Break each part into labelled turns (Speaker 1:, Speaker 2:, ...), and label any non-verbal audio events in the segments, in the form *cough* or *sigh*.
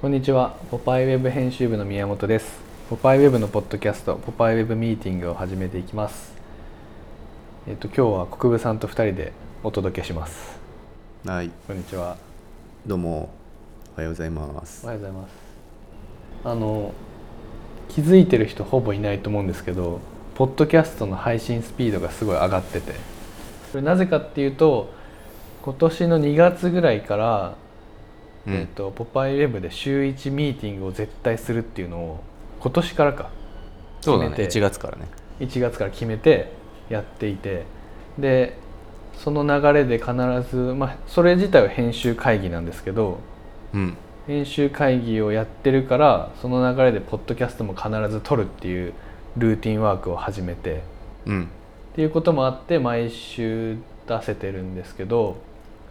Speaker 1: こんにちは。ポパイウェブ編集部の宮本です。ポパイウェブのポッドキャスト、ポパイウェブミーティングを始めていきます。えっと今日は国分さんと二人でお届けします。
Speaker 2: はい、
Speaker 1: こんにちは。
Speaker 2: どうも、おはようございま
Speaker 1: お
Speaker 2: す
Speaker 1: は。ようございます。あの気づいてる人ほぼいないと思うんですけど、ポッドキャストの配信スピードがすごい上がってて、それなぜかっていうと、今年の2月ぐらいから、
Speaker 2: う
Speaker 1: えっ
Speaker 2: ん、
Speaker 1: とポパイウェブで週1ミーティングを絶対するっていうのを今年からか
Speaker 2: そうだね、
Speaker 1: 決めて
Speaker 2: 1月からね。
Speaker 1: 1月から決めてやっていてでその流れで必ず、まあ、それ自体は編集会議なんですけど
Speaker 2: うん、
Speaker 1: 編集会議をやってるからその流れでポッドキャストも必ず撮るっていうルーティンワークを始めて
Speaker 2: うん、
Speaker 1: っていうこともあって毎週出せてるんですけど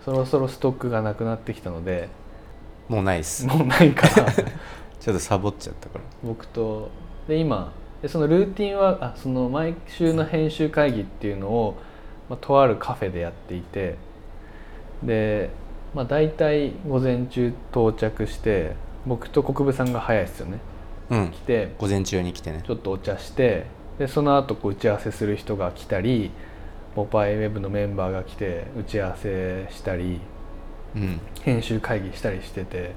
Speaker 1: そろそろストックがなくなってきたので
Speaker 2: もうないっす。
Speaker 1: もうないから
Speaker 2: ちょっとサボっちゃったから。
Speaker 1: 僕とで今でそのルーティンはあその毎週の編集会議っていうのを、まあ、とあるカフェでやっていてで、まあ、大体午前中到着して僕と国分さんが早いですよね
Speaker 2: うん
Speaker 1: 来、て
Speaker 2: 午前中に来てね
Speaker 1: ち。ょっとお茶してでその後こう打ち合わせする人が来たりポパイウェブのメンバーが来て打ち合わせしたり
Speaker 2: うん、
Speaker 1: 編集会議したりしてて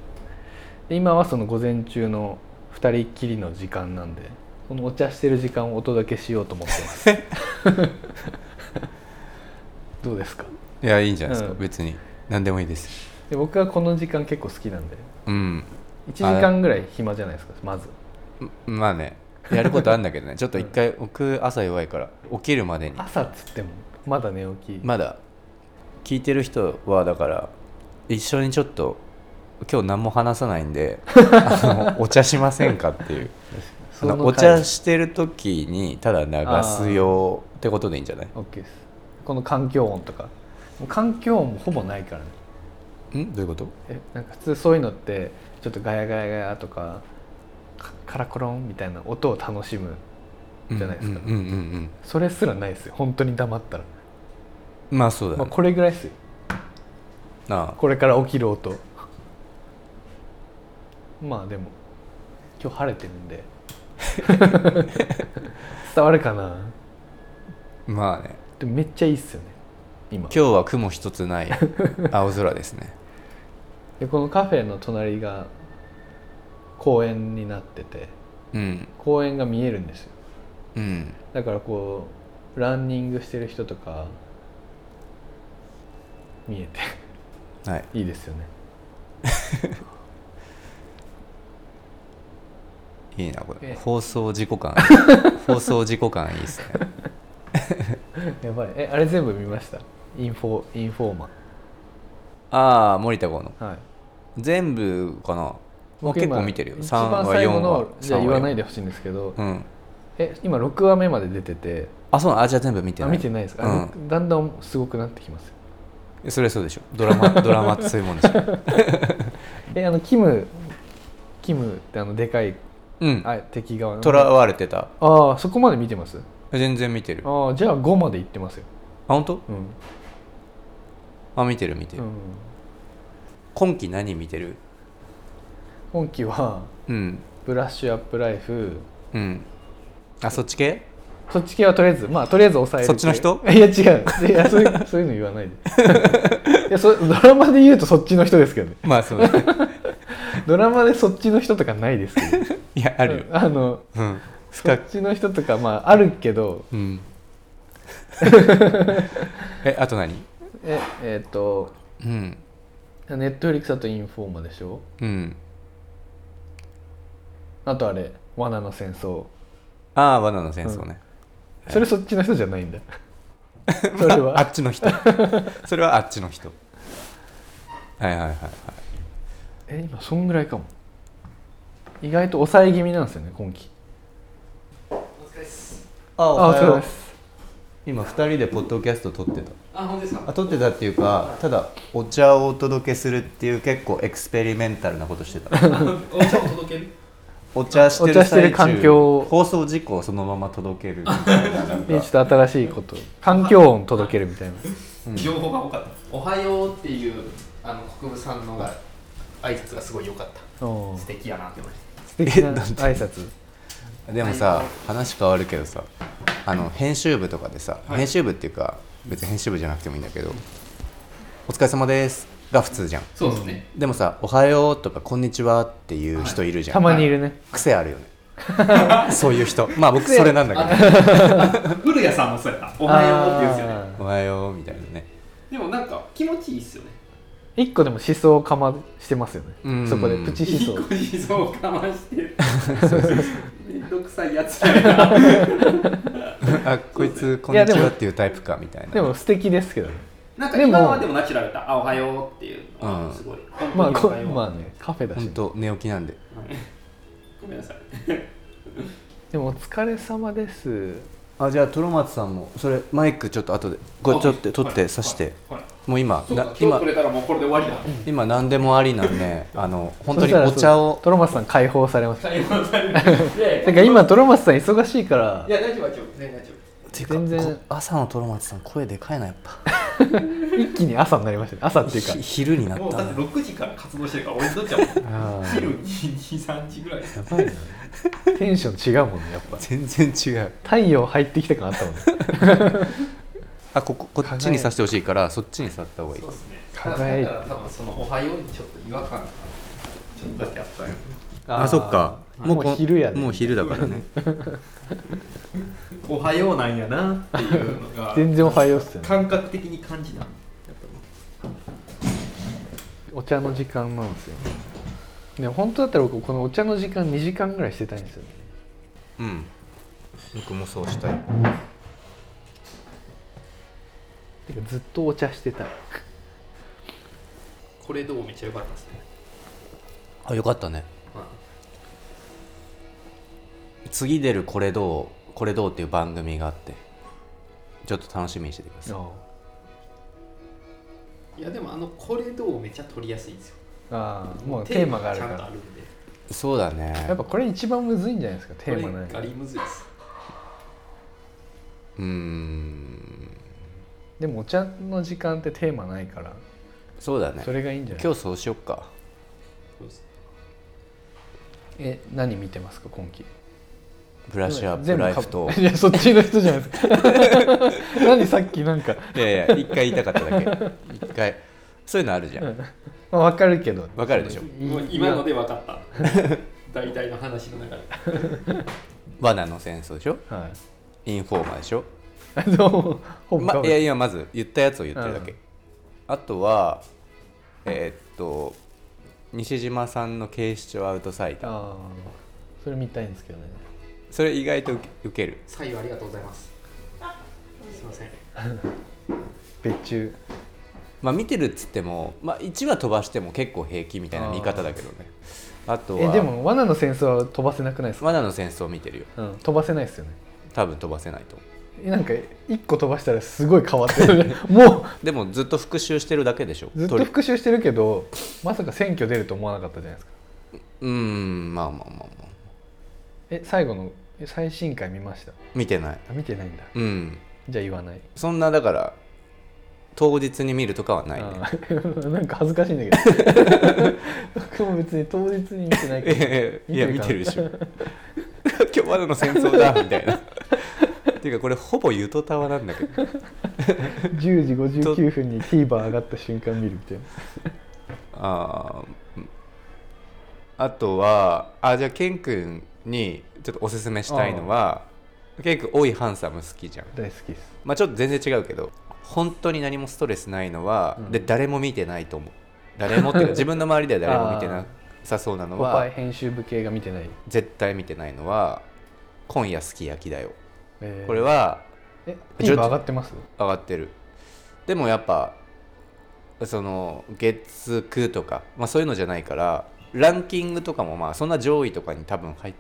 Speaker 1: で今はその午前中の2人っきりの時間なんでこのお茶してる時間をお届けしようと思ってます *laughs* どうですか
Speaker 2: いや、いいんじゃないですか、
Speaker 1: うん
Speaker 2: 別に。何でもいいです。
Speaker 1: で僕はこの時間結構好きなんで
Speaker 2: うん、
Speaker 1: 1時間ぐらい暇じゃないですかまず
Speaker 2: んまあね、やることあるんだけど *laughs* ね、ちょっと一回、僕、朝弱いから、起きるまでに。
Speaker 1: 朝っつってもまだ寝起き、
Speaker 2: まだ、聞いてる人は、だから、一緒にちょっと、今日何も話さない
Speaker 1: *laughs*
Speaker 2: んであのお茶しませんかっていうあ
Speaker 1: そ
Speaker 2: の
Speaker 1: の
Speaker 2: お
Speaker 1: 回
Speaker 2: 茶してる時にただ流すよってことでいいんじゃない
Speaker 1: OK ですこの環境音とかもう環境音もほぼないからね
Speaker 2: んどういうこと
Speaker 1: えなんか普通そういうのってちょっとガヤガヤガヤとかかカラコロンみたいな音を楽しむじゃないですか
Speaker 2: うんうんうん
Speaker 1: それすらないですよ本当に黙ったら、
Speaker 2: うんまあそうだ
Speaker 1: まあ、
Speaker 2: ね、
Speaker 1: これぐらいですよ
Speaker 2: ああ
Speaker 1: これから起きる音まあでも今日晴れてるんで *laughs* 伝わるかな
Speaker 2: まあね
Speaker 1: でもめっちゃいいっすよね今
Speaker 2: 今日は雲一つ *laughs* ない青空ですね
Speaker 1: でこのカフェの隣が公園になってて
Speaker 2: うん
Speaker 1: 公園が見えるんですよ
Speaker 2: うん
Speaker 1: だからこうランニングしてる人とか見えて *laughs*
Speaker 2: はい
Speaker 1: いいですよね
Speaker 2: いいなこれ
Speaker 1: え
Speaker 2: 放送事故 *laughs* 感放送事故感いいですね
Speaker 1: やばいえあれ全部見ましたインフォインフォーマ
Speaker 2: ああ森田剛の
Speaker 1: はい
Speaker 2: 全部かなもう
Speaker 1: 僕
Speaker 2: 結
Speaker 1: 今
Speaker 2: 構見てるよ
Speaker 1: 一
Speaker 2: 3
Speaker 1: 番
Speaker 2: 話
Speaker 1: 最
Speaker 2: 4
Speaker 1: 後
Speaker 2: 話
Speaker 1: のじゃあ言わない
Speaker 2: で
Speaker 1: でほしいんですけど、
Speaker 2: うん
Speaker 1: え今6話目まで出てて
Speaker 2: あそうなのあじゃあ全部見て
Speaker 1: あ
Speaker 2: ない
Speaker 1: 見てないですか、あ
Speaker 2: う
Speaker 1: だんだんすごくなってきますよ
Speaker 2: ん、それはそうでしょドラマドラマってそういうもんで
Speaker 1: *laughs*
Speaker 2: しょ
Speaker 1: えあのキムキムってあのでかい
Speaker 2: うん
Speaker 1: あ敵側の
Speaker 2: とらわれてた
Speaker 1: ああそこまで見てます
Speaker 2: 全然見てるあ
Speaker 1: ああじゃあ5まで行ってますよ
Speaker 2: 本当
Speaker 1: うん、
Speaker 2: あ見てる見て
Speaker 1: う
Speaker 2: る、
Speaker 1: ん、
Speaker 2: 今期何見てる
Speaker 1: 今期は
Speaker 2: うん
Speaker 1: ブラッシュアップライフ
Speaker 2: うんあそっち系
Speaker 1: そっち系はとりあえずまあとりあえず抑える
Speaker 2: そっちの人
Speaker 1: 系 *laughs* いや違ういやそういうそういうの言わないでいやそドラマで言うとそっちの人ですけどね
Speaker 2: まあ *laughs* そうだね
Speaker 1: ドラマでそっちの人とかないですけど
Speaker 2: いやあるよ
Speaker 1: あの
Speaker 2: うん
Speaker 1: そ
Speaker 2: 深
Speaker 1: っ
Speaker 2: く
Speaker 1: ちの人とかまああるけど
Speaker 2: うん *laughs* えあと何
Speaker 1: ええっ、と
Speaker 2: うん
Speaker 1: ネットフリックスだとインフォーマでしょ
Speaker 2: うん
Speaker 1: あとあれ「罠の戦争
Speaker 2: ああ罠の戦争ね、」
Speaker 1: それそっちの人じゃないんだ
Speaker 2: *laughs*
Speaker 1: それ
Speaker 2: ああ
Speaker 1: は
Speaker 2: っち *laughs* の人それはあっちの人はいはいはいはい
Speaker 1: え今そんぐらいかも意外と抑え気味なんですよね今期
Speaker 2: あ
Speaker 1: あお疲れ様です
Speaker 2: 今2人でポッドキャスト撮ってた
Speaker 3: あ、本当ですか。
Speaker 2: あ撮ってたっていうかただお茶をお届けするっていう結構エクスペリメンタルなことしてた
Speaker 3: *laughs* お茶を届ける。
Speaker 2: お茶してる
Speaker 1: お茶してる
Speaker 2: 最中
Speaker 1: 環境を
Speaker 2: 放送事故をそのまま届けるみたいななん
Speaker 1: で
Speaker 2: か
Speaker 1: ちょっと新しいこと環境音届けるみたいな
Speaker 3: 情報が多かった。おはようっていう、あの、国分さんのが。挨拶がすごい良かった
Speaker 1: お
Speaker 3: 素
Speaker 1: ー
Speaker 3: 敵やなって思いまし
Speaker 1: 素敵な
Speaker 2: えなんて
Speaker 1: 挨拶
Speaker 2: でも
Speaker 3: は
Speaker 2: さ
Speaker 3: い
Speaker 2: 話変わるけどさあの編集部とかでさ、
Speaker 3: はい
Speaker 2: 編集部っていうか別に編集部じゃなくてもいいんだけど「お疲れ様です」が普通じゃん
Speaker 3: たそうですね
Speaker 2: でもさ「おはよう」とか「こんにちは」っていう人いるじゃ
Speaker 1: *laughs* た
Speaker 2: ん、
Speaker 1: まにいるね
Speaker 2: 癖あるよね
Speaker 1: *laughs*
Speaker 2: そういう人まあ僕それなんだけ
Speaker 3: 古谷さんもそうやった「おはよう」って言うんですよね
Speaker 1: あ
Speaker 2: ど「おはよう」みたいなね
Speaker 3: でもなんか気持ちいいっすよね
Speaker 1: ー一個でも思想をかましてますよ
Speaker 2: うん
Speaker 1: ねそこでプチ
Speaker 3: いい
Speaker 1: 思想
Speaker 3: 子にそうかましてるめんどくさいやつやな
Speaker 2: あこいつこんにちはっていうタイプかみたいな
Speaker 1: でも素敵ですけどね
Speaker 3: なんか
Speaker 1: でも
Speaker 3: 今はでもナチュラルだった「あおはよう」っていうの
Speaker 2: うん
Speaker 3: はすごい、
Speaker 1: まあ
Speaker 3: 本当
Speaker 1: こ
Speaker 3: におはよう
Speaker 1: まあねカフェだし
Speaker 2: 本
Speaker 1: ね
Speaker 2: 当寝起きなんで
Speaker 3: はいごめんなさい
Speaker 1: でも「お疲れ様です
Speaker 2: あじゃあトロマツさんもそれマイクちょっと後でこれちょっと取って刺して
Speaker 3: はいはい
Speaker 2: もう今
Speaker 3: そう
Speaker 2: な
Speaker 3: か今
Speaker 2: 今
Speaker 3: 日くれたらもうこれで終わりだ
Speaker 2: 今何でもありなんであの」本当
Speaker 1: そし
Speaker 2: に
Speaker 1: たら
Speaker 2: お茶を
Speaker 1: トロマスさん解放されます
Speaker 3: 最後の最後いやいや
Speaker 1: なんか今トロマスさん忙しいから
Speaker 3: いや大丈夫大丈夫全然大丈夫
Speaker 2: ていうか
Speaker 1: 全然
Speaker 2: こ朝のトロマツさん声でかいなやっぱ
Speaker 1: 一気に朝になりましたね朝っていうか
Speaker 2: ひ昼にな
Speaker 3: も
Speaker 2: っ
Speaker 3: う
Speaker 2: た
Speaker 3: だって
Speaker 2: な
Speaker 3: 6時から活動してるから俺にとっちゃもう
Speaker 1: あー
Speaker 3: 昼23時ぐらい
Speaker 1: やばいなテンション違うもんねやっぱ
Speaker 2: 全然違う
Speaker 1: 太陽入ってきた感あったもんね
Speaker 2: あこここっちに刺してほしいからそっちに刺った方がいい
Speaker 3: そうですね
Speaker 1: 輝いて
Speaker 3: だから多分その「おはよう」にちょっと違和感がちょっとだけあったよ
Speaker 2: あそっか
Speaker 1: もう
Speaker 2: こ
Speaker 1: 昼やね
Speaker 2: もう昼だからね
Speaker 3: おはようなんやなっていうのが
Speaker 1: 全然おはようっすよね
Speaker 3: 感覚的に感じた
Speaker 1: お茶の時間なんですよでも本当だったら僕このお茶の時間2時間ぐらいしてたいんですよね
Speaker 2: うん僕もそうしたい
Speaker 1: てかずっとお茶してたい
Speaker 3: これどうめっちゃ良かったですね、
Speaker 2: あよかったね
Speaker 3: まあ
Speaker 2: 次出る「これどう?」「これどう?」っていう番組があってちょっと楽しみにしててください
Speaker 3: いやでもあの「これどう?」めっちゃ取りやすいんですよ
Speaker 1: ああもうテーマがあるか
Speaker 3: テーマちゃんとあ
Speaker 1: ら
Speaker 3: るんで
Speaker 2: そうだね
Speaker 1: やっぱこれ一番むずいんじゃないですかテーマない
Speaker 3: これガリムズです
Speaker 2: うーん
Speaker 1: でもお茶の時間ってテーマないから
Speaker 2: そうだね
Speaker 1: それがいいんじゃない
Speaker 2: 今日そうしよっか
Speaker 3: そうです
Speaker 1: え何見てますか今期
Speaker 2: ブラッシュアップ
Speaker 1: 全部
Speaker 2: ラ
Speaker 1: か
Speaker 2: イフと
Speaker 1: *laughs* いやそっちの人じゃないですか *laughs* 何さっきなんか、
Speaker 2: いやいや一回言いたかっただけ一回そういうのあるじゃ
Speaker 1: うんんまあ、わかるけど
Speaker 2: わかるでしょ
Speaker 3: もう今ので分かった大体の話の流れ
Speaker 2: 罠の戦争でしょ
Speaker 1: はい
Speaker 2: インフォーマーでしょ、
Speaker 1: あの本
Speaker 2: ま
Speaker 1: か、
Speaker 2: いやいやまず言ったやつを言ってるだけ、
Speaker 1: うん
Speaker 2: あとはえーっと西島さんの警視庁アウトサイダー
Speaker 1: あーそれ見たいんですけどね
Speaker 2: それ意外と受け受ける
Speaker 3: 左右ありがとうございますすいません
Speaker 1: 別注
Speaker 2: まあ見てるっつっても、まあ、1話飛ばしても結構平気みたいな見方だけどねあとは
Speaker 1: えでも罠の戦争は飛ばせなくないですか、
Speaker 2: 罠の戦争見てるよ
Speaker 1: うん、飛ばせないですよね
Speaker 2: 多分飛ばせないと思
Speaker 1: えなんか一個飛ばしたらすごい変わって
Speaker 2: *laughs*
Speaker 1: るねも
Speaker 2: うでもずっと復習してるだけでしょ
Speaker 1: うずっと
Speaker 2: 鳥
Speaker 1: 復習してるけどまさか選挙出ると思わなかったじゃないですか
Speaker 2: うーんまあまあまあまあ
Speaker 1: え最後のえ最新回見ました
Speaker 2: 見てない
Speaker 1: あ見てないんだ
Speaker 2: うん
Speaker 1: じゃあ言わない
Speaker 2: そんなだから当日に見るとかはないね
Speaker 1: あー *laughs* なんか恥ずかしいんだけど *laughs* 僕も別に当日に見てないけど
Speaker 2: ええいや見
Speaker 1: 見
Speaker 2: て
Speaker 1: て
Speaker 2: る
Speaker 1: る
Speaker 2: でしょ *laughs* 今日までの戦争だみたいな *laughs* っていうかこれほぼゆとたわなんだけど
Speaker 1: 10時59分に TVer 上がった瞬間見るみたいな
Speaker 2: あーあとはあじゃあケン君にちょっとおすすめしたいのはケン君多いハンサム好きじゃん
Speaker 1: 大好きです
Speaker 2: まあちょっと全然違うけど本当に何もストレスないのは、
Speaker 1: うん
Speaker 2: で誰も見てないと思う誰もっていう
Speaker 1: *laughs*
Speaker 2: か自分の周りでは誰も見てなさそうなの
Speaker 1: ポパイ
Speaker 2: は
Speaker 1: 編集部系が見てない、
Speaker 2: 絶対見てないのは「今夜すき焼きだよ」
Speaker 1: えー
Speaker 2: これは
Speaker 1: え
Speaker 2: ちょ
Speaker 1: TVer 上がってます
Speaker 2: 上がってるでもやっぱその月9とか、まあ、そういうのじゃないからランキングとかもまあそんな上位とかに多分入っ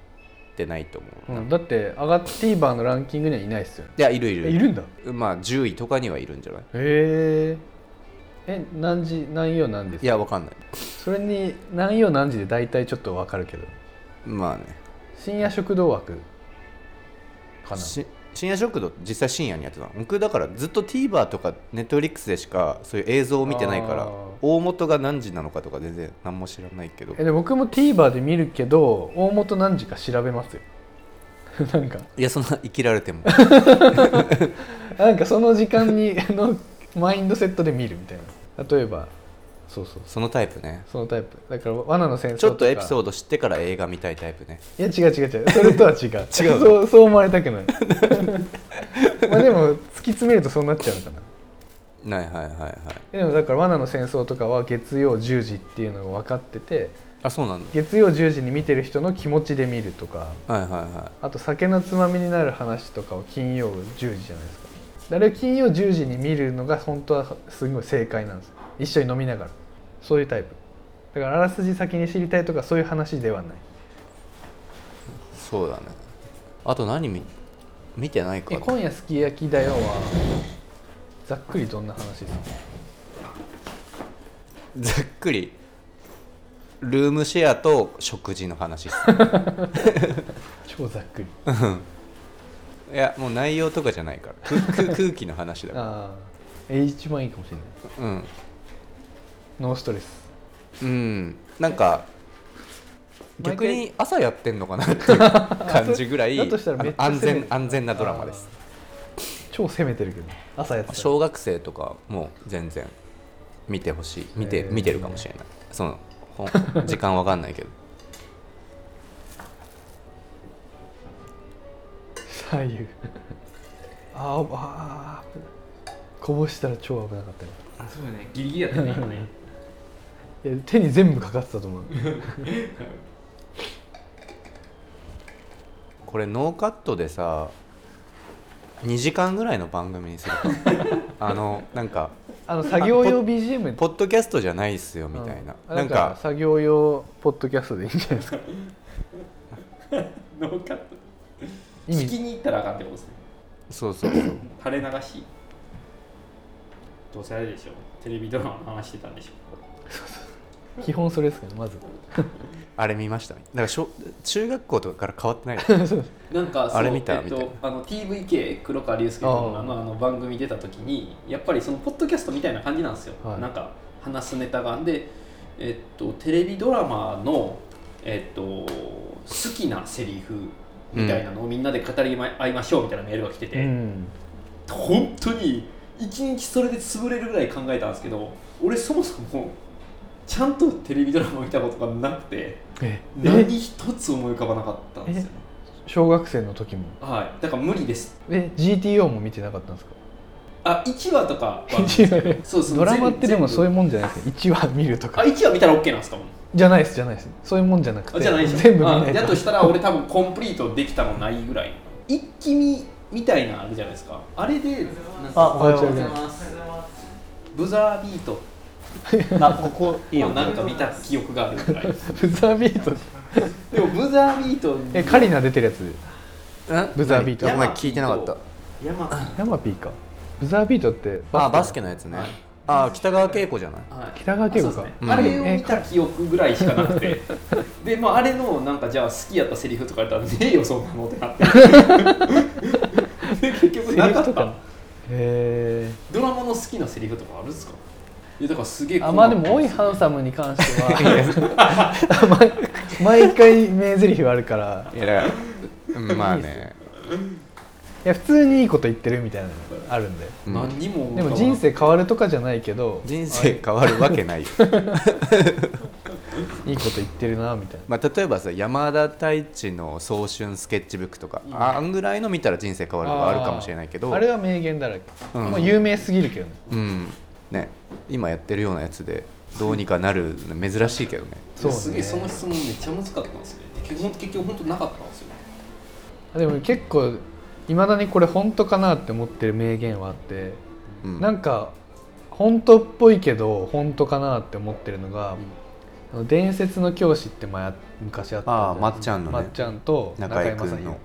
Speaker 2: てないと思う
Speaker 1: う
Speaker 2: な、
Speaker 1: ん、
Speaker 2: い
Speaker 1: だって上がっ TVer のランキングにはいないっすよね
Speaker 2: やいるい
Speaker 1: え
Speaker 2: る
Speaker 1: いるんだへ
Speaker 2: まあ10位とかにはいるんじゃない
Speaker 1: ええ何時何曜何時です
Speaker 2: い
Speaker 1: か
Speaker 2: やわかんない
Speaker 1: それに何曜何時で大体ちょっと分かるけど
Speaker 2: まあね
Speaker 1: 深夜食堂枠かな
Speaker 2: し深夜食堂実際深夜にやってたの僕だからずっと TVer とか Netflix でしかそういう映像を見てないか
Speaker 1: あ
Speaker 2: ら
Speaker 1: ー
Speaker 2: 大元が何時なのかとか全然何も知らないけど
Speaker 1: えで僕も TVer で見るけど大元何時か調べますよ *laughs* なんか
Speaker 2: いやそんな生きら
Speaker 1: *laughs*
Speaker 2: れても
Speaker 1: なんかその時間に *laughs* のマインドセットで見るみたいな例えばそうそう
Speaker 2: そのタイプね
Speaker 1: そのタイプだから罠の戦争
Speaker 2: ちょっとエピソ
Speaker 1: ー
Speaker 2: ード知ってから映画見たいタイプね
Speaker 1: ドいや違う違う違うそれとは *laughs* 違う
Speaker 2: 違うの
Speaker 1: そうそう思われたくない *laughs* まあでも突き詰めるとそうなっちゃうのかな
Speaker 2: はいはいはいはい
Speaker 1: えでもだから罠の戦争とかは月曜10時っていうのが分かってて
Speaker 2: あそうなん
Speaker 1: 月曜10時に見てる人の気持ちで見るとか
Speaker 2: だはいはいは
Speaker 1: あと酒のつまみになる話とかを金曜10時じゃないですかあれを金曜10時に見るのが本当はすごい正解なんです一緒に飲みながらそういうタイプだからあらすじ先に知りたいとかそういう話ではない
Speaker 2: いそうだねあと何見見てないか
Speaker 1: え今夜すき焼きだよはざっくりどんな話ですか
Speaker 2: ざっくりルームシェアと食事の話っす
Speaker 1: *laughs* 超ざっくり
Speaker 2: いやもう内容とかじゃないからくく空気の話だか
Speaker 1: ああーえ一番いいかもしれない
Speaker 2: らうん
Speaker 1: ノーストレス
Speaker 2: うんなんか
Speaker 1: 毎
Speaker 2: 逆
Speaker 1: 回
Speaker 2: に朝やってんのかなっていう感じぐら
Speaker 1: *laughs*
Speaker 2: い
Speaker 1: だとしたらめっちゃ
Speaker 2: あの安
Speaker 1: 攻め
Speaker 2: 全
Speaker 1: る
Speaker 2: 安全なドラマです
Speaker 1: 超攻めてるけど朝やってたら
Speaker 2: 小学生とかも全然見てほしい見
Speaker 1: へ
Speaker 2: て,、
Speaker 1: ー
Speaker 2: 見てるかもしれないそのほん *laughs* 時間わかんないけど
Speaker 1: 左右あーあーこぼしたら超危なかったよ
Speaker 3: あそうだねギリギリやったね今 *laughs* ね
Speaker 1: いや手に全部かかってたと思う
Speaker 2: これノーカットでさ2時間ぐらいの番組にする
Speaker 1: *laughs*
Speaker 2: かあのなんか
Speaker 1: あの作業用 BGM
Speaker 2: ポッドキャストじゃないっすよみたいな、
Speaker 1: うん
Speaker 2: な
Speaker 1: なんん
Speaker 2: か
Speaker 1: か作業用ポッドキャストでいいんじゃないですか
Speaker 3: ノーカット
Speaker 1: 意
Speaker 3: 聞
Speaker 1: 味
Speaker 3: きに行ったらあかんってことですね
Speaker 2: そうそうそう
Speaker 3: 垂れ流しどうせあれでしょテレビドラマの話してたんでしょ
Speaker 1: 基本それですけどまず
Speaker 2: あれ見ましただから小中学校とかから変わってない
Speaker 3: なんかそう
Speaker 2: あれ見た
Speaker 3: えっ
Speaker 2: みたい
Speaker 3: と、あの TVK 黒川隆介の
Speaker 1: あ
Speaker 3: あのあの番組出た時にやっぱりそのポッドキャストみたいな感じなんですよ、
Speaker 1: はい
Speaker 3: なんか話すネタがで、えっと、テレビドラマの、えっと、好きなセリフみたいなのをみんなで語り合いましょうみたいなメールが来て
Speaker 1: う
Speaker 3: て、
Speaker 1: ん
Speaker 3: 本当に一日それで潰れるぐらい考えたんですけど俺そもそもちゃんとテレビドラマ見たことがなくて
Speaker 1: え
Speaker 3: 何一つ思い浮かばなかったんですよね
Speaker 1: 小学生の時も
Speaker 3: はいだから無理です
Speaker 1: え GTO も見てなかったんですか
Speaker 3: あ1話と
Speaker 1: *laughs*
Speaker 3: かは見て
Speaker 1: 1
Speaker 3: そうそ
Speaker 1: *laughs*
Speaker 3: う
Speaker 1: ドラマってでもそういう
Speaker 3: う
Speaker 1: もんじゃないですか1話見ると
Speaker 3: あ
Speaker 1: か
Speaker 3: 1話見たら OK なんですかもう
Speaker 1: じゃないですじゃないですそういうもんじゃなく
Speaker 3: あ
Speaker 1: て
Speaker 3: じゃないでしょ
Speaker 1: *laughs* 全部見
Speaker 3: あ
Speaker 1: ない
Speaker 3: だ
Speaker 1: と
Speaker 3: としたら俺多分コンプリートできたのないぐらい一気見みたいなのあるじゃないですかあれでなんか
Speaker 1: あおはようござい
Speaker 3: ますブザービー
Speaker 1: *laughs*
Speaker 3: ト
Speaker 4: あ、ここいいよ。
Speaker 3: なんか見た記憶があるぐらい
Speaker 1: ブザービート
Speaker 3: でもブザービートに
Speaker 1: えカリナ出てるやつ *laughs* ブザービート
Speaker 2: お前聞いてなかった
Speaker 3: 山
Speaker 1: ヤマピーかブザービートって
Speaker 2: あバスケのやつねあ北川景子じゃない
Speaker 3: はい
Speaker 1: 北川景子か
Speaker 3: あそうですね
Speaker 2: うん
Speaker 3: あれを見た記憶ぐらいしかなく
Speaker 1: *laughs*
Speaker 3: てでまああれのなんかじゃあ好きやったセリフとか言ったらねえよそんなのってな
Speaker 1: *laughs*
Speaker 3: ってで結局なかっ
Speaker 1: セリフと
Speaker 3: た
Speaker 1: かへ
Speaker 3: ドラマの好きなセリフとかあるんですかいやだからすげえ
Speaker 1: えあまあで
Speaker 3: 困
Speaker 1: も「おい
Speaker 3: った
Speaker 1: ハンサム」に関して *laughs* は毎毎回名台詞はあるから
Speaker 2: いやだからうんまあ *laughs* ね
Speaker 1: いや普通にいいこと言ってるみたいなのがあるんで
Speaker 2: うん
Speaker 3: 何にも
Speaker 1: でも人生変わるとかじゃないけど
Speaker 2: 人生変わるわけないよ、 *laughs*
Speaker 1: いいこと言ってるなみたいな
Speaker 2: まあ、例えばさ山田太一の早春スケッチブックとか、あんぐらいの見たら人生変わるとかあるかもしれないけど
Speaker 1: あれは名言だらけ、
Speaker 2: うん
Speaker 1: まあ、有名すぎるけどね
Speaker 2: うんね今やってるようなやつでどうにかなるの珍しいけどね
Speaker 1: そうね
Speaker 3: すげえその質問めっちゃ難かったんですね結局結局本当なかったんですよ
Speaker 1: でも結構いまだにこれ本当かなって思ってる名言はあって
Speaker 2: うん
Speaker 1: なんか本当っぽいけど本当かなって思ってるのが「あの伝説の教師」って前あ昔あったじゃ
Speaker 2: ああまっちゃんのね
Speaker 1: まっちゃんと
Speaker 2: 中
Speaker 1: 中
Speaker 2: 居
Speaker 1: 居正
Speaker 2: 君
Speaker 1: 広
Speaker 2: の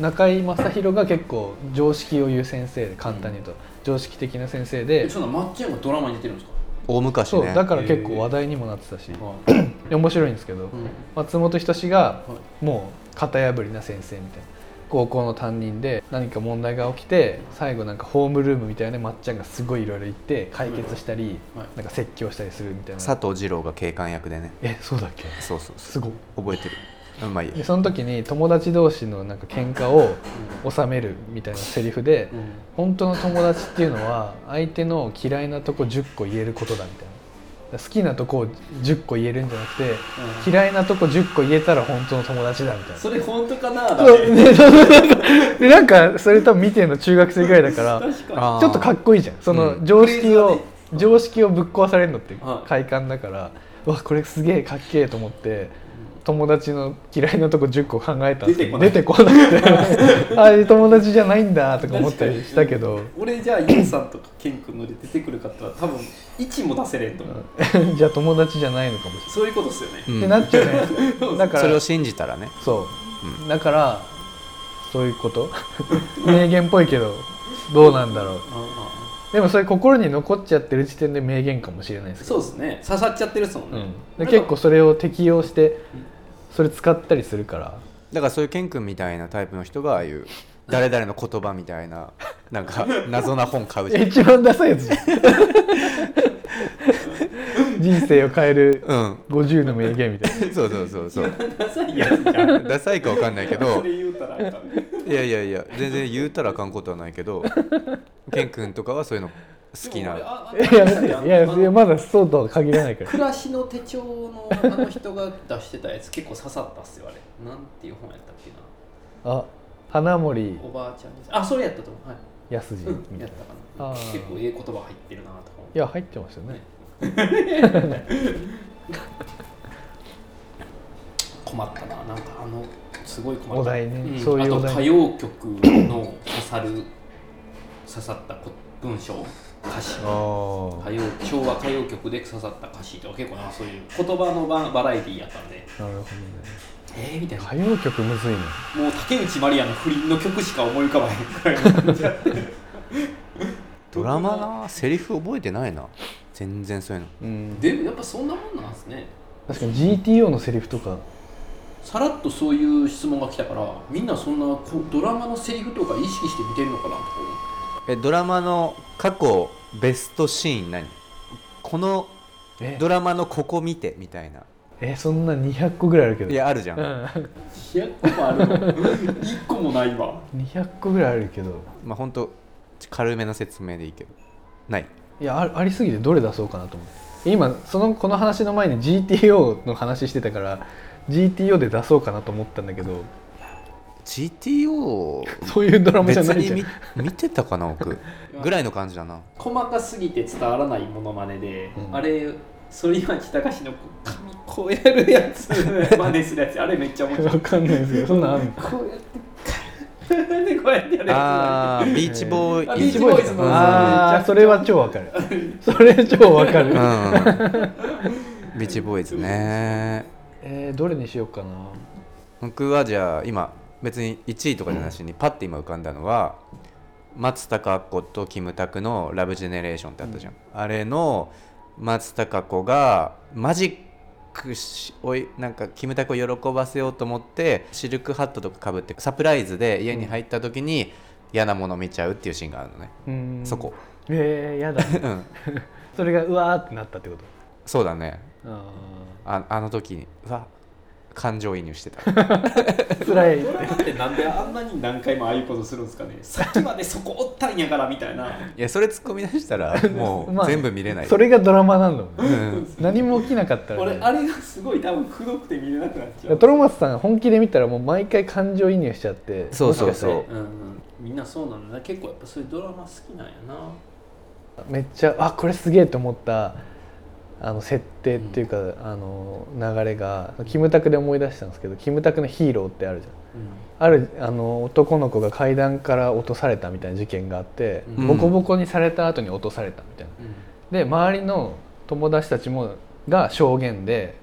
Speaker 1: 中居正広が結構常識を言う先生で簡単に言うと常識的な先生
Speaker 3: え
Speaker 1: で
Speaker 3: そんなマッチンがドラマに出てるんですか
Speaker 2: 大昔
Speaker 1: そう
Speaker 2: ね
Speaker 1: だから結構話題にもなってたし
Speaker 3: はい
Speaker 1: で面白いんですけど
Speaker 3: うん
Speaker 1: 松本人志が
Speaker 3: は
Speaker 1: もう型破りな先生みたいな高校の担任で何か問題が起きて最後なんかホームルームみたいなまっちゃんがすごいいろいろ行って解決したり、
Speaker 3: うんはい
Speaker 1: なんか説教したりするみたいな
Speaker 2: 佐藤二郎が警官役でね
Speaker 1: えそうだっけ
Speaker 2: そうそうそ
Speaker 1: すごいう
Speaker 2: 覚えてるうんまあいい
Speaker 1: でその時に友達同士のなんか喧嘩を収めるみたいなセリフで、
Speaker 3: うん
Speaker 1: 本当の友達っていうのは相手の嫌いなとこ10個言えることだみたいなだから好きなとこを10個言えるんじゃなくて、嫌いなとこ10個言えたら本当の友達だみたいな
Speaker 3: それ本当かなだ
Speaker 1: *laughs* そう
Speaker 3: ね
Speaker 1: ねそうそうでなんかそれ多分見てるの中学生ぐらいだから
Speaker 3: 確かに
Speaker 2: あー
Speaker 1: ちょっとかっこいいじゃんそうの
Speaker 2: ん
Speaker 1: 常識
Speaker 3: フレーズが
Speaker 1: を
Speaker 3: ね、
Speaker 1: 常識をぶっ壊されるのって
Speaker 3: はい
Speaker 1: 快感だから、うわこれすげえかっけえと思って友達の嫌いなとこ10個考えたんですけど
Speaker 3: 出
Speaker 1: 出
Speaker 3: て
Speaker 1: てこなくて
Speaker 3: *laughs*
Speaker 1: ああいう友達じゃないんだとか思ったりしたけど *laughs*
Speaker 3: 俺じゃあユウさんとかケン君ので出てくるかったら多分1も出せれんと思う
Speaker 1: じゃあ友達じゃないのかもし
Speaker 3: そういうことですよね
Speaker 2: う
Speaker 1: れ
Speaker 2: ん
Speaker 1: ない、ってなっちゃう
Speaker 3: *laughs*
Speaker 1: ねだから
Speaker 2: それを信じたらね
Speaker 1: そう、だからそういうこと *laughs* 名言っぽいけどどうなんだろう
Speaker 3: まあま
Speaker 1: でもそれ心に残っちゃってる時点で名言かもしれないで
Speaker 3: あ
Speaker 1: すけど
Speaker 3: そうですね刺さっちゃってるっすもん
Speaker 1: う
Speaker 3: ね
Speaker 1: ん、で結構それを適用してそれ使ったりするから
Speaker 2: だからそういうケン君みたいなタイプの人がああいう誰々の言葉みたいななんか
Speaker 1: *laughs*
Speaker 2: 謎な本買うじゃん
Speaker 1: 一番ダサいやつじゃん *laughs* 人生を変える
Speaker 2: うん
Speaker 1: 50の名言みたい
Speaker 2: そうそうそうそう
Speaker 3: ダサいやつじゃん
Speaker 2: ダサいかわかんないけ
Speaker 3: そ
Speaker 2: ど
Speaker 3: れ言うたらあかんね
Speaker 2: いやいやいや全然言うたらあかんことはないけどケン君とかはそういうの好きな
Speaker 1: ないやめてよいやいやまだそうとは限らないから
Speaker 3: 暮らしの手帳のあの人が出してたやつ結構刺さったっすよあれなんていう本やったっけな
Speaker 1: あ花森
Speaker 3: おばあちゃんにあそれやったと思うはい、
Speaker 1: 康次
Speaker 3: うん、
Speaker 1: みた
Speaker 3: やっ
Speaker 1: いな
Speaker 3: たかな
Speaker 1: あー
Speaker 3: 結構ええ言葉入ってるなとか思っ
Speaker 1: い
Speaker 3: て
Speaker 1: や入ってましたね
Speaker 3: 困ったななんかあのすごい困った
Speaker 1: お題ね
Speaker 3: ん
Speaker 1: そういうお題
Speaker 3: あと歌謡曲の刺さる刺さったこ文章歌詞歌
Speaker 1: あ
Speaker 3: 謡昭和歌謡曲で刺さった歌詞とか結構なそういう言葉のババラエティーやったんで
Speaker 1: あなるほどね
Speaker 3: えー、みたいな
Speaker 1: 歌謡曲むずいね
Speaker 3: もう竹内まりやの不倫の曲しか思い浮かばへんくらいの感じやってる
Speaker 2: ドラマなセリフ覚えてないな全然そういうの
Speaker 1: うん
Speaker 3: *laughs* でもやっぱそんなもんなんですね
Speaker 1: 確かに GTO のセリフとか
Speaker 3: さらっとそういう質問が来たからみんなそんなこうドラマのセリフとか意識して見てるのかなとか思う
Speaker 2: えドラマの過去ベストシーン何この
Speaker 1: え
Speaker 2: ドラマのここ見てみたいな
Speaker 1: えそんな200個ぐらいあるけど
Speaker 2: いやあるじゃん、
Speaker 1: うん
Speaker 3: 100個もあるの1個もない *laughs* わ
Speaker 1: 200個ぐらいあるけど
Speaker 2: まあほんと軽めの説明でいいけどない
Speaker 1: いやあありすぎてどれ出そうかなと思って今そのこの話の前に GTO の話してたから GTO で出そうかなと思ったんだけど
Speaker 2: GTO
Speaker 1: そういうドラマじ
Speaker 2: *laughs* 別
Speaker 1: ゃないじゃん
Speaker 2: に見見てたかな奥ぐらいの感じだな
Speaker 3: 細かすぎて伝わらないものまねで、
Speaker 1: うん
Speaker 3: あれ反町隆史の髪こうやるやつ真似するやつあれめっちゃ面白い
Speaker 1: 分かんないですけどそんなんあんの
Speaker 3: こうやって *laughs* なんでこうやってやるや
Speaker 2: あービーチボー
Speaker 3: あ
Speaker 2: イ
Speaker 3: ビーチボーイズの
Speaker 1: あーそれは超わか
Speaker 3: *laughs*
Speaker 1: るそれ超わかる、
Speaker 2: *laughs* うんビーチボーイズね
Speaker 1: えーどれにしようかな
Speaker 2: 僕はじゃあ今別に1位とかじゃなしにパッて今浮かんだのは松たか子とキムタクの「ラブジェネレーションってあったじゃん、あれの松たか子がマジックしおいなんかキムタクを喜ばせようと思ってシルクハットとかかぶってサプライズで家に入った時に嫌なもの見ちゃうっていうシーンがあるのね、
Speaker 1: うーん
Speaker 2: そこ
Speaker 1: えー、やだ
Speaker 2: うん
Speaker 1: それがうわーってなったってこと
Speaker 2: そうだね
Speaker 1: あ
Speaker 2: ああの時にうわ感情移入してた
Speaker 3: *laughs*
Speaker 1: ー辛い
Speaker 3: つドラマってなんであんなに何回もああいうことするんですかねさっきまでそこおったんやからみたいな
Speaker 2: いやそれ突っ込み出したらも
Speaker 1: *laughs* ま
Speaker 2: う
Speaker 1: あ
Speaker 2: 全部見れない、
Speaker 1: それがドラマなんだもんね
Speaker 2: うん
Speaker 1: 何も起きなかったらね、
Speaker 3: 俺あれがすごい多分くどくて見れなくなっちゃう
Speaker 1: トロマツさん本気で見たらもう毎回感情移入しちゃって
Speaker 2: そうそうそう
Speaker 1: もしかし
Speaker 3: うんうん、みんなそうなんだな結構やっぱそういうドラマ好きなんやな
Speaker 1: てめっちゃあこれすげえと思ったあの設定っていうか、あの流れがキムタクで思い出したんですけどキムタクの「ヒーロー」ってあるじゃんあるあの男の子が階段から落とされたみたいな事件があって、
Speaker 3: うん
Speaker 1: ボコボコにされた後に落とされたみたいな
Speaker 3: うんうん
Speaker 1: で周りの友達たちもが証言で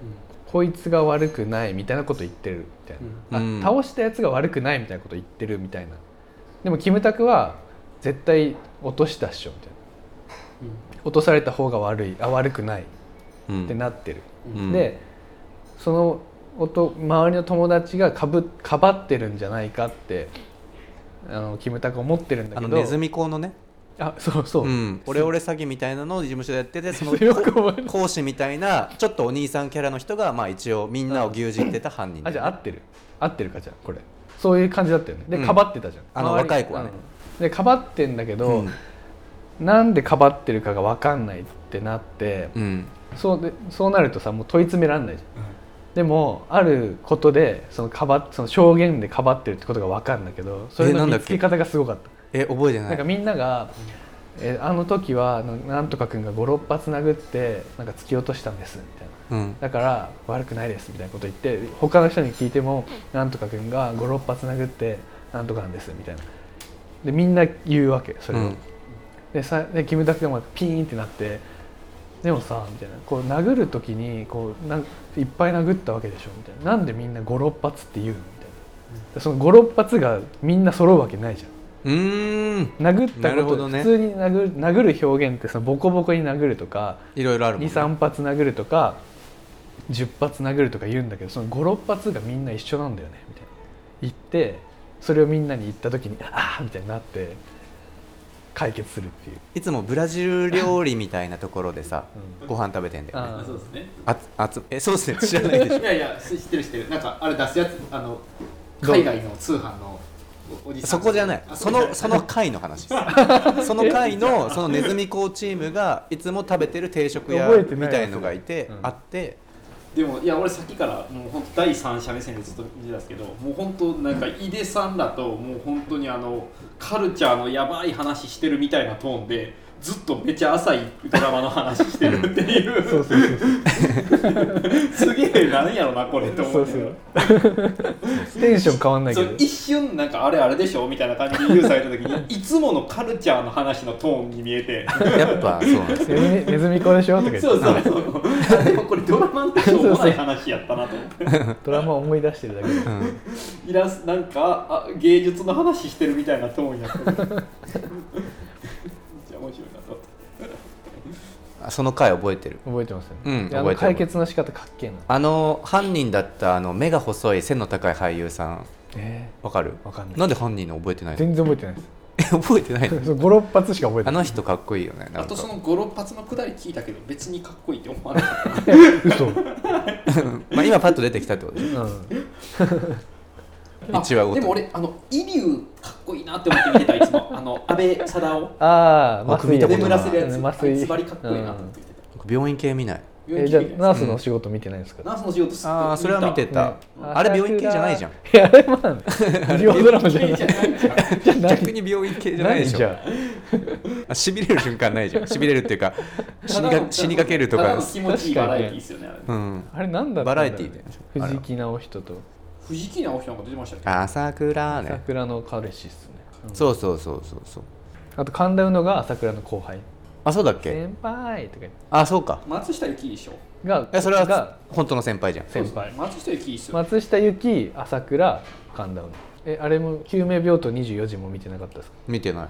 Speaker 1: こいつが悪くないみたいなこと言ってるみたいな、あ
Speaker 2: うん
Speaker 1: 倒したやつが悪くないみたいなこと言ってるみたいなでもキムタクは絶対落としたっしょみたい
Speaker 3: うんうん
Speaker 1: な落とされた方が悪いあ悪くない
Speaker 2: うん
Speaker 1: ってなってる、
Speaker 2: うん
Speaker 1: でそのおと周りの友達がかぶかばってるんじゃないかってあのキムタクを持ってるんだ
Speaker 2: あ
Speaker 1: け
Speaker 2: の
Speaker 1: ど
Speaker 2: ネズミ講のね、
Speaker 1: あそうそう、
Speaker 2: うん、オレオレ詐欺みたいなのを事務所でやっててその
Speaker 1: よく覚えてる
Speaker 2: 講師みたいなちょっとお兄さんキャラの人がまあ一応みんなを牛耳ってた犯人
Speaker 1: あじゃあ合
Speaker 2: あ
Speaker 1: ってる合ってるかじゃあこれそういう感じだったよねで
Speaker 2: うん
Speaker 1: かばってたじゃん、
Speaker 2: あの
Speaker 1: 周り
Speaker 2: 若い子はね
Speaker 1: うんでかばってんだけど、
Speaker 2: うん
Speaker 1: なんでかばってるかが分かんないってなって、
Speaker 2: うん
Speaker 1: そうでそうなるとさもう問い詰めらんないじゃんでもあることでそのかばその証言でかばってるってことが分かるんだけどそれ
Speaker 2: えな
Speaker 1: の
Speaker 2: んだ
Speaker 1: 見
Speaker 2: っ
Speaker 1: つ
Speaker 2: け
Speaker 1: け方がすごかった
Speaker 2: え覚えてな
Speaker 1: なんか
Speaker 2: い
Speaker 1: みんなが、えあの時はななんとか君が56発殴ってなんか突き落としたんですみたいな
Speaker 2: うん
Speaker 1: だから悪くないですみたいなこと言って他の人に聞いてもなんとか君が56発殴ってなんとかなんですみたいなでみんな言うわけそれを、
Speaker 2: うん
Speaker 1: でさでキムタクがまたピーンってなってでもさみたいなこう殴る時にこうなんいっぱい殴ったわけでしょみたいななんでみんな56発って言うのみたいなでその56発がみんな揃うわけないじゃん
Speaker 2: うーん
Speaker 1: 殴った
Speaker 2: なるほ
Speaker 1: こと、
Speaker 2: どね
Speaker 1: 普通に殴る殴る表現ってそのボコボコに殴るとか
Speaker 2: いろいろあるもん、ね、
Speaker 1: 23発殴るとか10発殴るとか言うんだけどその56発がみんな一緒なんだよねみたいな言ってそれをみんなに言った時にああみたいになって解決するっていう
Speaker 2: いつもブラジル料理みたいなところでさ、
Speaker 3: うん
Speaker 2: ご飯食べてんだよね
Speaker 1: あ
Speaker 3: あそうですね
Speaker 2: ああつえそうですね知らないでしょ
Speaker 3: いやいや知ってる知ってるなんかあれ出すやつあの
Speaker 1: どう
Speaker 3: 海外の通販のおおじさ
Speaker 2: そ
Speaker 3: ん
Speaker 2: こじゃない
Speaker 3: あ
Speaker 2: そう
Speaker 3: じゃ
Speaker 2: の
Speaker 3: ない
Speaker 2: その回の話ですその回のそのネズミ講チームがいつも食べてる定食屋
Speaker 1: 覚えてない
Speaker 2: みたいのがいて、
Speaker 1: うん
Speaker 2: あって
Speaker 3: でもいや俺さっきからもう本当第三者目線でずっと見てたんですけどもう本当なんか井出さんらともう本当にあのカルチャーのやばい話してるみたいなトーンでずっとめちゃ浅いドラマの話してるっていう
Speaker 1: そうそうそうそう
Speaker 3: すげえなんやろなこれって
Speaker 1: そ
Speaker 3: 思っ
Speaker 1: う
Speaker 3: て
Speaker 1: そうテンション変わんない
Speaker 3: そ
Speaker 1: け
Speaker 3: う
Speaker 1: ど
Speaker 3: 一瞬なんかあれあれでしょみたいな感じで言うされた時にいつものカルチャーの話のトーンに見えて
Speaker 2: *laughs* やっぱそうなんですよ
Speaker 1: ネズミネズミ子でしょとか言って
Speaker 3: そうそうそうあでもこれドラマのしょうもない話やったなと思って
Speaker 1: ドラマ思い出してるだけで
Speaker 2: うん
Speaker 3: イラスなんかあ芸術の話してるみたいなトーンやっためっちゃ面白いなと思って
Speaker 2: あその回覚えてる
Speaker 1: 覚えてますよね、
Speaker 2: うん
Speaker 1: であ
Speaker 2: 覚えて
Speaker 1: の
Speaker 2: る
Speaker 1: 解決の仕方かっけえな
Speaker 2: あの犯人だったあの目が細い背の高い俳優さん
Speaker 1: え
Speaker 2: わかる
Speaker 1: ー、わかんない
Speaker 2: なんで犯人の覚えてないの
Speaker 1: 全然覚えてないです
Speaker 2: *laughs* 覚え
Speaker 1: *laughs*
Speaker 2: てないの
Speaker 1: そう56発しか覚えて
Speaker 2: あ
Speaker 1: ない
Speaker 2: の人かっこいいよねな
Speaker 3: あ
Speaker 2: んか
Speaker 3: とその56発のくだり聞いたけど別にかっこいいって思わなかった
Speaker 1: 嘘、うん、
Speaker 2: *laughs* まあ今パッと出てきたってことでしょ一話ご
Speaker 3: あ
Speaker 2: と
Speaker 3: でも俺あのイリュウかっこいいなって思って見てたいつもあの安倍貞夫
Speaker 1: ああ
Speaker 2: 僕見たことない
Speaker 3: 眠らせるやつ
Speaker 1: 麻酔
Speaker 3: あいつばりかっこいいなと思って見てた
Speaker 2: 病院系見ない
Speaker 1: えーじゃあナースのお仕事見てないんですか、
Speaker 3: ナースの仕事すっごい
Speaker 2: ああそれは見てた、
Speaker 1: ね
Speaker 2: あれ病院系じゃないじゃん
Speaker 1: いやあれまあ
Speaker 2: *laughs*
Speaker 1: 医療ドラマじ *laughs* ゃないじゃあ何
Speaker 2: 逆に病院系じゃない
Speaker 1: 何
Speaker 2: でし
Speaker 1: じ
Speaker 2: ょ
Speaker 1: ゃ
Speaker 2: しびれる瞬間ないじゃんしびれるって *laughs* いうか死にが死にかけると
Speaker 3: ただ
Speaker 2: か
Speaker 3: の気持ちいいバラエティーですよねあれ
Speaker 2: うん
Speaker 1: ああれなんだったんだろう
Speaker 2: バラエティーで
Speaker 1: 藤木直人と
Speaker 3: 藤木直人なんか出てましたっけ
Speaker 2: 朝倉ね
Speaker 1: 桜の彼氏っすね、うん
Speaker 2: そうそうそうそうそう
Speaker 1: あと神田うのが桜の後輩
Speaker 2: あそうだっけ
Speaker 1: 先輩とか言って
Speaker 2: あそうか
Speaker 3: 松下由紀でしょ
Speaker 1: が
Speaker 2: えそれは
Speaker 1: が
Speaker 2: 本当の先輩じゃん
Speaker 1: 先輩
Speaker 3: 松下由紀ですよ、
Speaker 1: 松下由紀朝倉神田うのえあれも救命病棟24時も見てなかったですか
Speaker 2: 見てな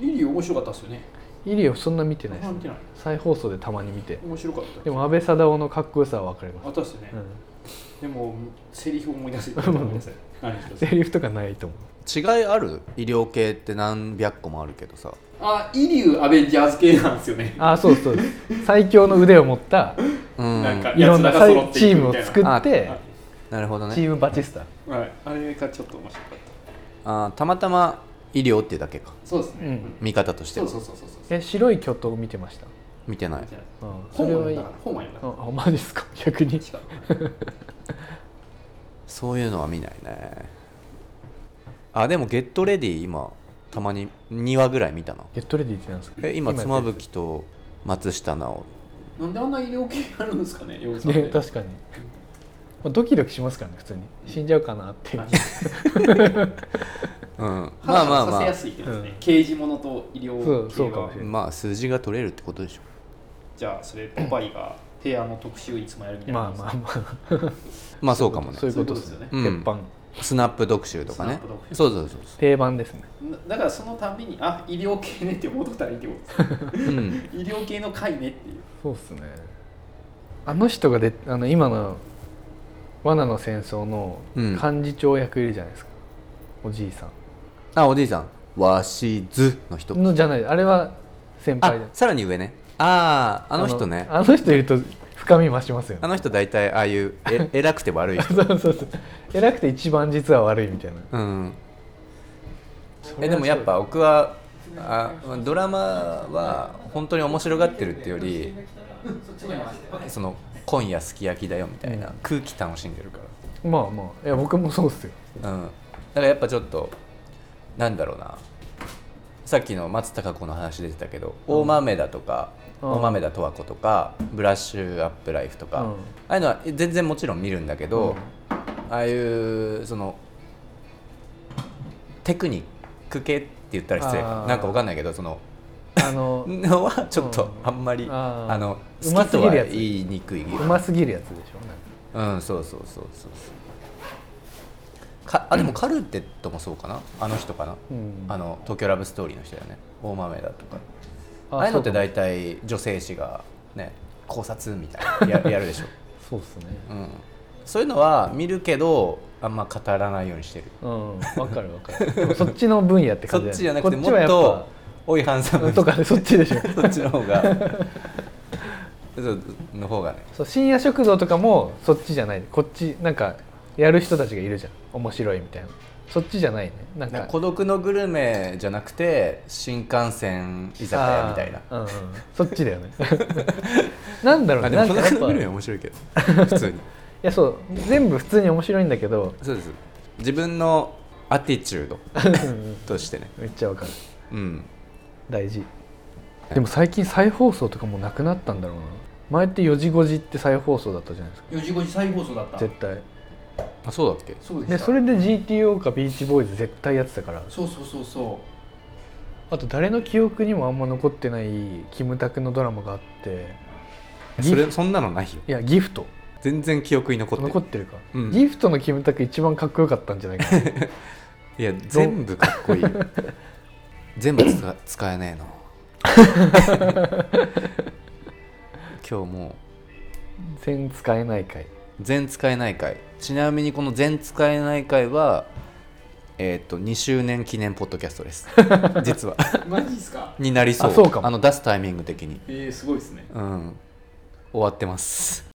Speaker 2: い
Speaker 3: イリュウ面白かったですよね
Speaker 1: イリオそんな見てないです
Speaker 3: 見てない
Speaker 1: 再放送でたまに見て
Speaker 3: 面白かった
Speaker 1: でも安倍貞夫のかっこよさは分かりま
Speaker 3: あ
Speaker 1: す、
Speaker 3: ったっすよね、
Speaker 1: うん、
Speaker 3: でもセリフ思い出せ
Speaker 1: *laughs*
Speaker 3: ごめんなさい何一つ
Speaker 1: セリフとかないと思う
Speaker 2: 違いある医療系って何百個もあるけどさ
Speaker 3: あイリュウアベンジャーズ系なんですよね
Speaker 1: ああそうそうです最強の腕を持った
Speaker 2: うん
Speaker 3: なんか
Speaker 1: いろんな
Speaker 3: 奴らが揃ってい
Speaker 1: チー
Speaker 3: く
Speaker 1: ム
Speaker 3: み
Speaker 1: を
Speaker 3: たいな
Speaker 1: 作って
Speaker 3: はい
Speaker 2: なるほど
Speaker 1: チ
Speaker 2: ね
Speaker 1: ームバチスタ
Speaker 3: はい、あれがちょっと面白かった
Speaker 2: あーたまたま医療っていうだけか
Speaker 3: そうですね、
Speaker 1: うん
Speaker 2: 見方として
Speaker 3: そう
Speaker 2: は
Speaker 3: そうそうそうそう
Speaker 1: え白い巨頭見てました、
Speaker 2: 見てない
Speaker 1: うん、そ
Speaker 3: 本
Speaker 1: れ
Speaker 3: は
Speaker 1: は
Speaker 3: 読
Speaker 1: い
Speaker 3: ん
Speaker 1: い
Speaker 3: だ
Speaker 1: あ
Speaker 3: から本は読んだか
Speaker 1: あマジですか逆に
Speaker 3: ら違う
Speaker 2: そういうのは見ないねあでも「ゲットレディ今たまに2話ぐらい見たな
Speaker 1: ゲットレディってなんですか
Speaker 2: え今妻
Speaker 1: ぶ
Speaker 2: 夫木と松下奈緒
Speaker 3: なんであんな医療系あるんですかね、洋さんっ
Speaker 1: *laughs*
Speaker 3: て
Speaker 1: ね確かにまあドキドキしますからね普通に死んじゃうかなっていう
Speaker 2: うんまあ
Speaker 3: まあま
Speaker 2: ま
Speaker 3: あ
Speaker 2: あ
Speaker 3: まあ。
Speaker 2: ま
Speaker 3: させや
Speaker 2: あ
Speaker 3: すいってことですね。
Speaker 1: うん
Speaker 3: 刑事ものと医療系
Speaker 1: そうそうかも
Speaker 3: は
Speaker 1: しれない
Speaker 2: まあ数字が取れるってことでしょ
Speaker 3: じゃあそれポパイが提案の特集いつもやるみたいな。
Speaker 1: まあまあまあ
Speaker 2: まあそうかもね
Speaker 1: そういうことで
Speaker 3: そう
Speaker 1: す
Speaker 3: いう
Speaker 1: ね
Speaker 3: こ
Speaker 2: で
Speaker 3: と
Speaker 2: すよね
Speaker 1: 鉄板
Speaker 2: スナップ読集とかね
Speaker 3: スナップ読集
Speaker 2: そうそうそうそ
Speaker 1: 定番ですね
Speaker 3: なだからそのたんびにあ医療系ねって戻ったらいいってことです。
Speaker 2: う、うん、
Speaker 3: 医療系の会ねっていう。
Speaker 1: そうっすねあの人がであの今の「罠の戦争」の
Speaker 2: うん
Speaker 1: 幹事長役いるじゃないですか、おじいさん
Speaker 2: あおじいさん「わしず」の人
Speaker 1: のじゃないあれは先
Speaker 2: あ
Speaker 1: 輩だ
Speaker 2: さらに上ねあああの人ね
Speaker 1: あのあの人いると深み増しますよ
Speaker 2: あ
Speaker 1: ね
Speaker 2: の人大体ああいう
Speaker 1: *laughs*
Speaker 2: え偉くて悪い人
Speaker 1: そうそうそう偉くて一番実は悪いみたいな
Speaker 2: うん
Speaker 1: それ
Speaker 2: え
Speaker 1: は
Speaker 2: でもやっぱ僕はあドラマは本当に面白がってるってよりその今夜すき焼きだよみたいな空気楽しんでるか
Speaker 1: まあまあいや僕もそうっすよ
Speaker 2: らうんだからやっぱちょっとなんだろうなさっきの松たか子の話出てたけど大豆だとか
Speaker 1: うん
Speaker 2: 大豆田十和子とかブラッシュアップライフとか、
Speaker 1: うん
Speaker 2: ああいうのは全然もちろん見るんだけど、ああいうそのテクニック系って言ったら失礼か
Speaker 1: あ
Speaker 2: な
Speaker 1: ー
Speaker 2: なんかわかんないけどその
Speaker 1: あ
Speaker 2: *laughs*
Speaker 1: の
Speaker 2: のはちょっとあんまり、
Speaker 1: うんあー
Speaker 2: あの
Speaker 1: う
Speaker 2: 好
Speaker 1: ま
Speaker 2: き
Speaker 1: す
Speaker 2: と
Speaker 1: ぎ
Speaker 2: は
Speaker 1: るやつ
Speaker 2: 言いにくいう
Speaker 1: ますぎるやつでしょなんか
Speaker 2: うんそうそうそうそうそうかあでもカルテットもそうかなあの人かな、
Speaker 1: うん
Speaker 2: あの東京ラブストーリーの人だよね大豆だとかあ
Speaker 1: あ
Speaker 2: あいうのっ
Speaker 1: そ
Speaker 2: て
Speaker 1: うかも
Speaker 2: 大体女性誌がね考察みたいなや *laughs* やるでしょ、
Speaker 1: そうっすね
Speaker 2: うん、そういうのは見るけどあんま語らないようにしてる
Speaker 1: うんわかるわかるでもそっちの分野って
Speaker 2: そ
Speaker 1: 感
Speaker 2: っ
Speaker 1: じ
Speaker 2: ちじゃなくて
Speaker 1: こ
Speaker 2: も
Speaker 1: ちは
Speaker 2: っ
Speaker 1: や
Speaker 2: と
Speaker 1: ぱ
Speaker 2: おいハンサム
Speaker 1: うんとかでそっち
Speaker 2: *laughs*
Speaker 1: でしょ
Speaker 2: そっちの方がそうの方がね
Speaker 1: そう深夜食堂とかもそっちじゃないこっちなんかやる人たちがいるじゃん面白いみたいなそっちじゃないねなん
Speaker 2: なん
Speaker 1: か
Speaker 2: か孤独のグルメじゃなくて新幹線居酒屋みたいな
Speaker 1: あーうんうん、そっちだ
Speaker 2: *laughs*
Speaker 1: よねなんだろう
Speaker 2: あ
Speaker 1: ね
Speaker 2: でも
Speaker 1: なん
Speaker 2: 孤
Speaker 1: か
Speaker 2: 独
Speaker 1: やっぱ
Speaker 2: のグルメ
Speaker 1: い
Speaker 2: は面白いけど普通に
Speaker 1: やそう全部普通に面白いんだけど
Speaker 2: *laughs*
Speaker 1: *laughs*
Speaker 2: そうです自分のアティチュード
Speaker 1: うんうん
Speaker 2: としてね
Speaker 1: めっちゃわかる
Speaker 2: うん
Speaker 1: 大事でも最近再放送とかもうなくなったんだろうな前って4時5時って再放送だったじゃないですか
Speaker 3: 4時5時再放送だった
Speaker 1: 絶対
Speaker 2: あそうだっけ
Speaker 3: そうでし
Speaker 1: で
Speaker 3: た
Speaker 1: それで GTO かビーチボーイズ絶対やってたから
Speaker 3: そうそうそうそ
Speaker 1: あと誰の記憶にもあんま残ってないキムタクのドラマがあって
Speaker 2: それそんなのないよ
Speaker 1: いやギフト
Speaker 2: 全然記憶に残って
Speaker 1: 残っ
Speaker 2: る
Speaker 1: てるか、
Speaker 2: うん
Speaker 1: ギフトのキムタク一番かっこよかったんじゃないかな
Speaker 2: いや全部かっ *laughs* こいい全部使使えねえな *laughs* 今日もう
Speaker 1: 全然使えない回
Speaker 2: 全使えない会ちなみにこの全使えない会はえっ、と2周年記念ポッドキャストです実 *laughs* は
Speaker 3: うマジですか
Speaker 2: になりそう
Speaker 1: あそうかも
Speaker 2: の出すタイミング的に
Speaker 3: えー、すごいですね
Speaker 2: うん終わってます